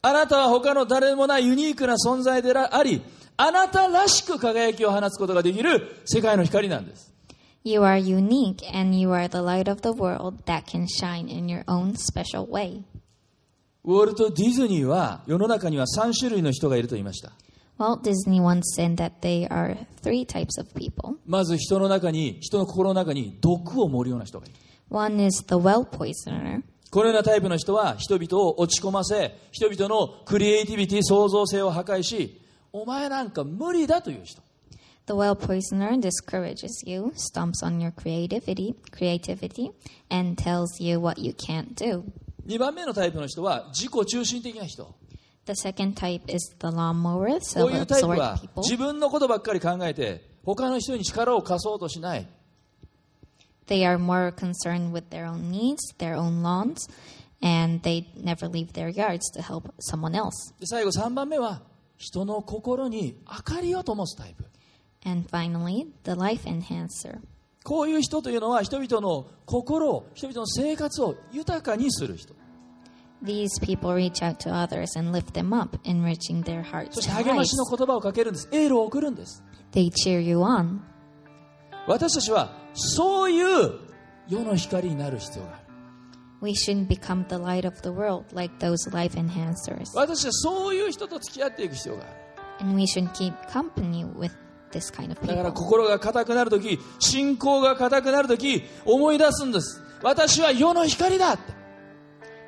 Speaker 1: あなたは他の誰もないユニークな存在であり、あなたらしく輝きを放つことができる世界の光なんです。
Speaker 2: You are unique and you are the light of the world that can shine in your own special way.
Speaker 1: ウォルト・ディズニーは世の中には3種類の人がいると言いました。
Speaker 2: Walt Disney once said that they are three types of people.
Speaker 1: まず人の中に、人の心の中に毒を盛るような人がいる。
Speaker 2: One is the well poisoner.
Speaker 1: このようなタイプの人は人々を落ち込ませ、人々のクリエイティビティ、創造性を破壊し、お前なんか無理だという人。
Speaker 2: The well poisoner discourages you, stomps on your creativity, creativity, and tells you what you can't do.
Speaker 1: 2番目のタイプの人は自己中心的な人。
Speaker 2: The second type is the lawnmower,
Speaker 1: こういうタイプは
Speaker 2: self-absorbed
Speaker 1: 自
Speaker 2: people.
Speaker 1: 分のことばっかり考えて、他の人に力を貸そうとしない。
Speaker 2: They are more concerned with their own needs, their own lawns, and they never leave their yards to help someone else.
Speaker 1: で最後3番目は人の心に明かりを灯すタイプ。
Speaker 2: And finally, the life enhancer.
Speaker 1: こういう人というのは人々の心を、人々の生活を豊かにする人。
Speaker 2: These people reach out to others and lift them up, enriching their
Speaker 1: そ
Speaker 2: hearts
Speaker 1: して
Speaker 2: and
Speaker 1: 励ま
Speaker 2: lives.
Speaker 1: しの言葉をかけるんです。エールを送るんです。
Speaker 2: They cheer you on.
Speaker 1: 私たちはそういう世の光になる必要がある
Speaker 2: We shouldn't become the light of the world like those life enhancers.
Speaker 1: 私たちはそういう人と付き合っていく必要がある
Speaker 2: And we shouldn't keep company with this kind of
Speaker 1: だから
Speaker 2: people.
Speaker 1: 心が硬くなるとき信仰が硬くなるとき思い出すんです私は世の光だって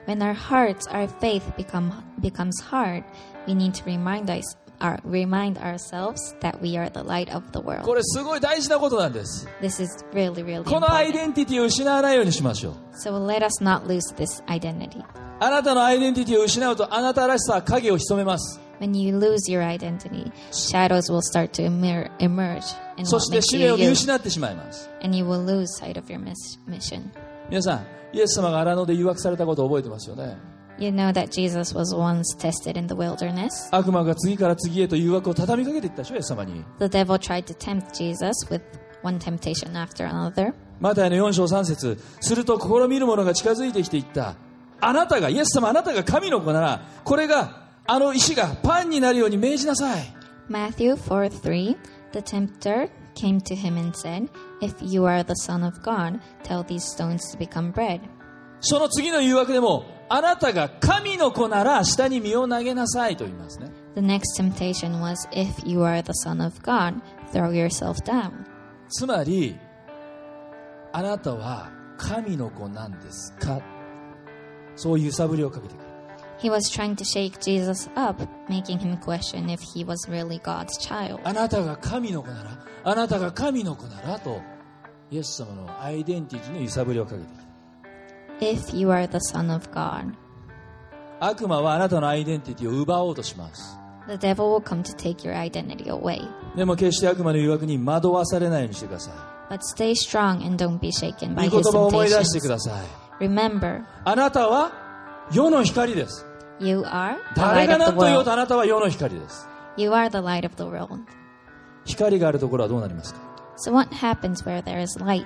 Speaker 2: When our hearts, our faith become becomes hard, we need to remind us, our, remind ourselves that we are the light of the
Speaker 1: こ
Speaker 2: world.
Speaker 1: れすごい大事なことなんです
Speaker 2: This is really, really
Speaker 1: このアイ
Speaker 2: important.
Speaker 1: デンティティを失わないようにしましょう
Speaker 2: So let us not lose this identity.
Speaker 1: あなたのアイデンティティを失うとあなたらしさは影を潜めます
Speaker 2: When you lose your identity, shadows will start to emer- emerge in
Speaker 1: そ
Speaker 2: what
Speaker 1: して
Speaker 2: makes
Speaker 1: 使命
Speaker 2: you
Speaker 1: を見
Speaker 2: you,
Speaker 1: 失ってしまいます
Speaker 2: and you will lose sight of your mis- mission.
Speaker 1: 皆さんイエス様が荒野で誘惑されたことを覚えてますよね
Speaker 2: You know that Jesus was once tested in the wilderness.
Speaker 1: 悪魔が次から次へと誘惑を畳みかけていったでしょイエス様に
Speaker 2: The devil tried to tempt Jesus with one temptation after another.
Speaker 1: マタイの4章3節すると試みる者が近づいてきていったあなたがイエス様あなたが神の子ならこれがあの石がパンになるように命じなさい
Speaker 2: Matthew 4 3 The tempter came to him and said, If you are the Son of God, tell these stones to become bread.
Speaker 1: その次の誘惑でもあなたが神の子なら下に身を投げなさいと言いますね
Speaker 2: The next temptation was, If you are the Son of God, throw yourself down.
Speaker 1: つまりあなたは神の子なんですかそういう揺さぶりをかけてくる
Speaker 2: He was trying to shake Jesus up, making him question if he was really God's child.
Speaker 1: あなたが神の子ならあなたが神の子ならとイエス様のアイデンティティの揺さぶりをかけてきた
Speaker 2: If you are the Son of God,
Speaker 1: 悪魔はあなたのアイデンティティを奪おうとします。
Speaker 2: the devil will come to take your identity away.
Speaker 1: でも決して悪魔の誘惑に惑わされないようにしてくださ
Speaker 2: But stay strong and don't be shaken
Speaker 1: い。
Speaker 2: by
Speaker 1: 御言
Speaker 2: his
Speaker 1: 葉を思い出してく
Speaker 2: temptations.
Speaker 1: ださい。
Speaker 2: Remember,
Speaker 1: あなたは世の光です。
Speaker 2: you are the
Speaker 1: 誰
Speaker 2: light
Speaker 1: が
Speaker 2: of
Speaker 1: 何
Speaker 2: the
Speaker 1: と言おう
Speaker 2: world.
Speaker 1: とあなたは世の光です。
Speaker 2: You are the light of the world.
Speaker 1: 光があるところはどうなりますか
Speaker 2: So what happens where there is light?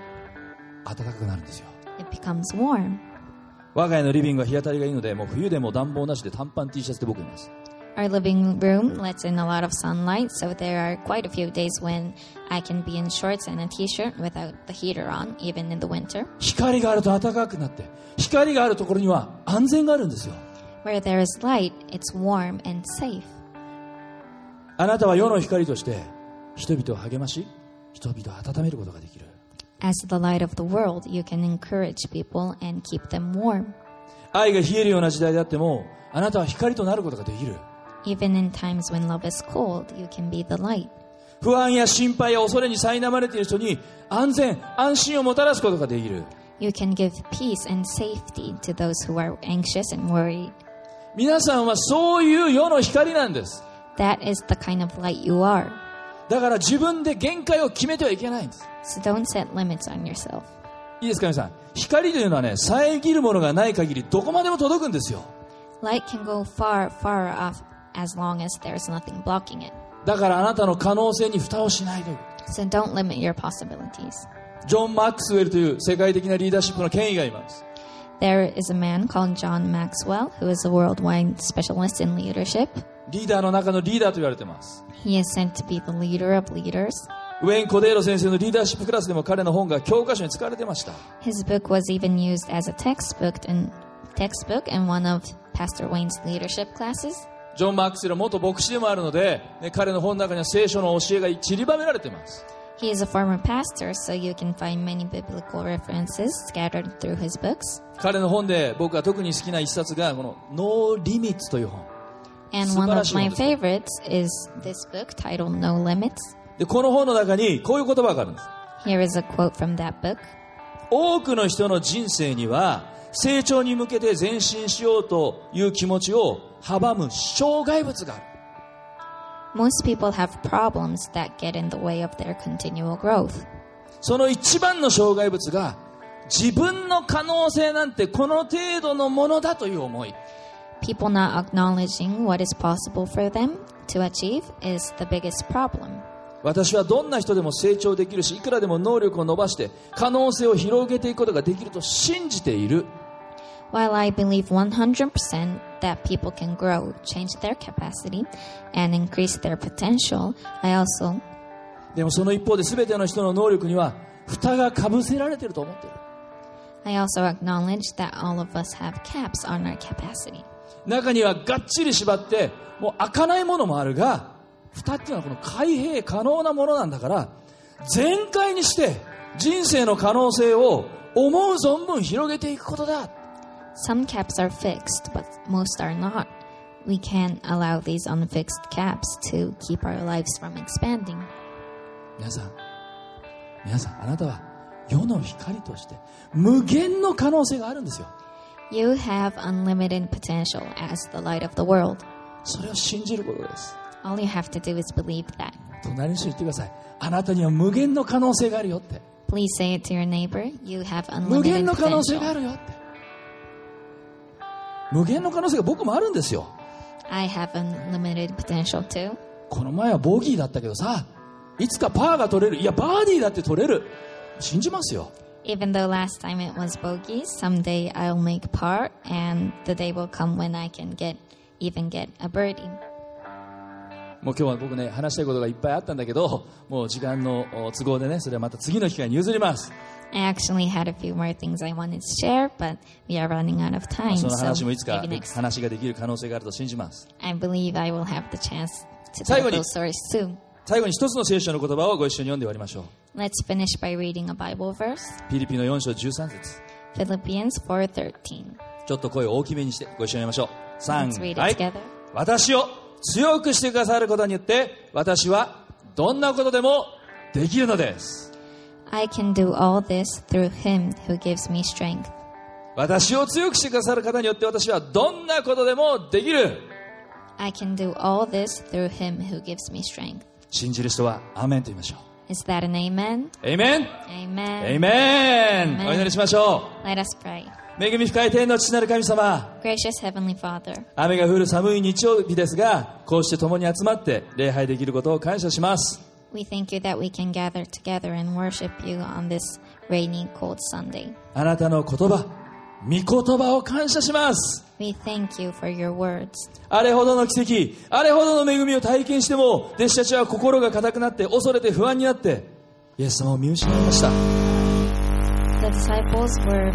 Speaker 1: 暖かくなるんですよ。
Speaker 2: It becomes warm.
Speaker 1: 我が家のリビングは日当たりがいいので、もう冬でも暖房なしで短パン T シャツで僕います。
Speaker 2: Our living room lets in a lot of sunlight, so there are quite a few days when I can be in shorts and a t-shirt without the heater on, even in the winter.
Speaker 1: 光があると暖かくなって、光があるところには安全があるんですよ。
Speaker 2: Where there is light, it's warm and safe.
Speaker 1: あなたは世の光として、人々を励まし、人々を温めることができる。
Speaker 2: As the light of the world, you can encourage people and keep them warm.
Speaker 1: 愛が冷えるような時代であってもあなたは光となることができる
Speaker 2: Even in times when love is cold, you can be the light.
Speaker 1: 不安や心配や恐れに苛まれている人に安全安心をもたらすことができる
Speaker 2: You can give peace and safety to those who are anxious and worried.
Speaker 1: 皆さんはそういう世の光なんです
Speaker 2: That is the kind of light you are.
Speaker 1: だから自分で限界を決めてはいけないんです
Speaker 2: So don't set limits on yourself.
Speaker 1: いいですか皆さん光というのはね遮るものがない限りどこまでも届くんですよ
Speaker 2: Light can go far, far off as long as there's nothing blocking it.
Speaker 1: だからあなたの可能性に蓋をしないという
Speaker 2: So don't limit your possibilities.
Speaker 1: ジョン・マックスウェルという世界的なリーダーシップの権威がいます
Speaker 2: There is a man called John Maxwell who is a worldwide specialist in leadership.
Speaker 1: リーダーの中のリーダーと言われてます
Speaker 2: He is said to be the leader of leaders.
Speaker 1: ウェイン・コデーロ先生のリーダーシップクラスでも彼の本が教科書に使われてました
Speaker 2: His book was even used as a textbook in textbook in one of Pastor Wayne's leadership classes.
Speaker 1: ジョン・マックスウェルは元牧師でもあるので、ね彼の本の中には聖書の教えが散りばめられてます
Speaker 2: He is a former pastor, so you can find many biblical references scattered through his books.
Speaker 1: 彼の本で僕が特に好きな一冊がこの「ノーリミッツ」という本
Speaker 2: And one of my
Speaker 1: 素晴らしい本ですね。
Speaker 2: favorites is this book titled No Limits.
Speaker 1: でこの本の中にこういう言葉があるんです
Speaker 2: Here is a quote from that book.
Speaker 1: 多くの人の人生には成長に向けて前進しようという気持ちを阻む障害物がある
Speaker 2: Most people have problems that get in the way of their continual growth.
Speaker 1: その一番の障害物が自分の可能性なんてこの程度のものだという思い
Speaker 2: People not acknowledging what is possible for them to achieve is the biggest problem.
Speaker 1: 私はどんな人でも成長できるしいくらでも能力を伸ばして可能性を広げていくことができると信じている
Speaker 2: While I believe 100% that people can grow, change their capacity, and increase their potential, I also
Speaker 1: でもその一方で全ての人の能力には蓋がかぶせられてると思ってる
Speaker 2: I also acknowledge that all of us have caps on our capacity.
Speaker 1: 中にはがっちり縛ってもう開かないものもあるが蓋っていうのはこの開閉可能なものなんだから全開にして人生の可能性を思う存分広げていくことだ
Speaker 2: Some caps are fixed, but most are not. We can't allow these unfixed caps to keep our lives from expanding.
Speaker 1: 皆さん皆さんあなたは世の光として無限の可能性があるんですよ
Speaker 2: You have unlimited potential as the light of the world.
Speaker 1: それを信じることです
Speaker 2: All you have to do is believe that.
Speaker 1: 隣の人に言ってくださいあなたには無限の可能性があるよって
Speaker 2: Please say it to your neighbor. You have
Speaker 1: 無限
Speaker 2: unlimited
Speaker 1: の可能性があ
Speaker 2: potential.
Speaker 1: るよって無限の可能性が僕もあるんですよ
Speaker 2: I have unlimited potential too.
Speaker 1: この前はボギーだったけどさいつかパーが取れるいやバーディーだって取れる信じますよ
Speaker 2: Even though last time it was bogeys, someday I'll make par, and the day will come when I can get even get a birdie.
Speaker 1: もう今日は僕ね話したいことがいっぱいあったんだけどもう時間のお都合でねそれはまた次の機会に譲ります
Speaker 2: I actually had a few more things I wanted to share, but we are running out of time.
Speaker 1: その
Speaker 2: So
Speaker 1: 話もいつか
Speaker 2: maybe next.
Speaker 1: 話ができる可能性があると信じます
Speaker 2: I believe I will have the chance to
Speaker 1: 最後に。
Speaker 2: tell those stories soon.
Speaker 1: 最後に一つの聖書の言葉をご一緒に読んで終わりましょう
Speaker 2: Let's finish by reading a Bible verse,
Speaker 1: フィリピの4章13節
Speaker 2: Philippians 4:13.
Speaker 1: ちょっと声を大きめにしてご一緒に読みましょう
Speaker 2: Let's
Speaker 1: 3
Speaker 2: read
Speaker 1: は
Speaker 2: it
Speaker 1: い
Speaker 2: together.
Speaker 1: 私を強くしてくださることによって私はどんなことでもできるのです
Speaker 2: I can do all this through Him who gives me strength.
Speaker 1: 私を強くしてくださる方によって私はどんなことでもできる
Speaker 2: I can do all this through Him who gives me strength.
Speaker 1: 信じる人はアーメンと言いましょ
Speaker 2: Is that an amen?
Speaker 1: うエイメン
Speaker 2: Amen.
Speaker 1: エイメン
Speaker 2: Amen
Speaker 1: お祈りしましょ
Speaker 2: Let us pray.
Speaker 1: う恵み深い天の父なる神様
Speaker 2: Gracious Heavenly Father,
Speaker 1: 雨が降る寒い日曜日ですがこうして共に集まって礼拝できることを感謝します
Speaker 2: we thank you that we can gather together and worship you on this rainy, cold Sunday.
Speaker 1: あなたの言葉御言葉を感謝します
Speaker 2: We thank you for your words.
Speaker 1: あれほどの奇跡あれほどの恵みを体験しても弟子たちは心が硬くなって恐れて不安になってイエス様を見失いました
Speaker 2: The disciples were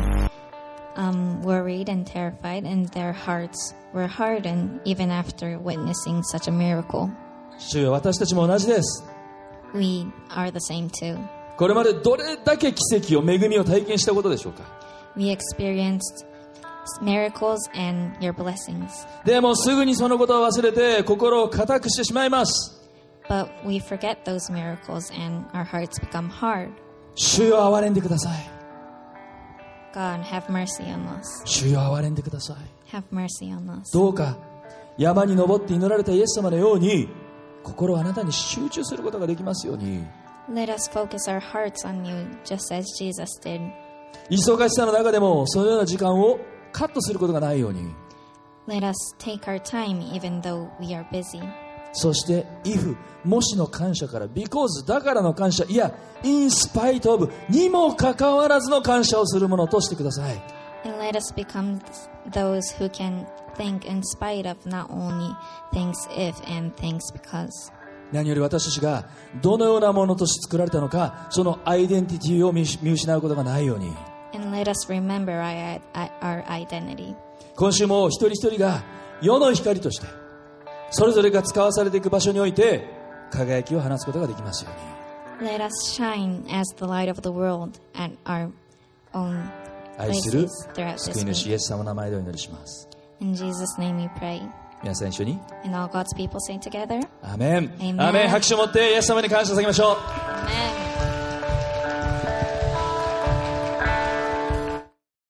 Speaker 2: um, worried and terrified, and their hearts were hardened even after witnessing such a miracle.
Speaker 1: 主よ私たちも同じです
Speaker 2: We are the same too.
Speaker 1: これまでどれだけ奇跡を恵みを体験したことでしょうか
Speaker 2: We experienced miracles and your blessings,
Speaker 1: でもすぐにそのことを忘れて心を固くしてしまいます
Speaker 2: But we forget those miracles and our hearts become hard.
Speaker 1: 主よ憐れんでください
Speaker 2: God, have mercy on us.
Speaker 1: 主よ憐れんでください
Speaker 2: Have mercy on us.
Speaker 1: どうか山に登って祈られたイエス様のように心をあなたに集中することができますように
Speaker 2: Let us focus our hearts on you, just as Jesus did.
Speaker 1: 忙しさの中でもそのような時間をカットすることがないように
Speaker 2: Let us take our time, even though we are busy.
Speaker 1: そして「if」もしの感謝から「because」だからの感謝いや「in spite of」にもかかわらずの感謝をするものとしてください
Speaker 2: And let us become those who can think in spite of not only things if and things because.
Speaker 1: 何より私たちがどのようなものとして作られたのかそのアイデンティティを見見失うことがないように
Speaker 2: And let us remember our, our identity.
Speaker 1: 今週も一人一人が世の光としてそれぞれが使わされていく場所において輝きを放つことができますように
Speaker 2: Let us shine as the light of the world at our own
Speaker 1: 愛する
Speaker 2: places throughout
Speaker 1: 救い
Speaker 2: this
Speaker 1: 主イ
Speaker 2: week.
Speaker 1: エス様の名前でお祈りします
Speaker 2: In Jesus' name we pray.
Speaker 1: 皆さん一緒に
Speaker 2: And all God's people say together,
Speaker 1: アーメン
Speaker 2: Amen
Speaker 1: アーメン拍手を持ってイエス様に感謝を捧げましょう
Speaker 2: Amen.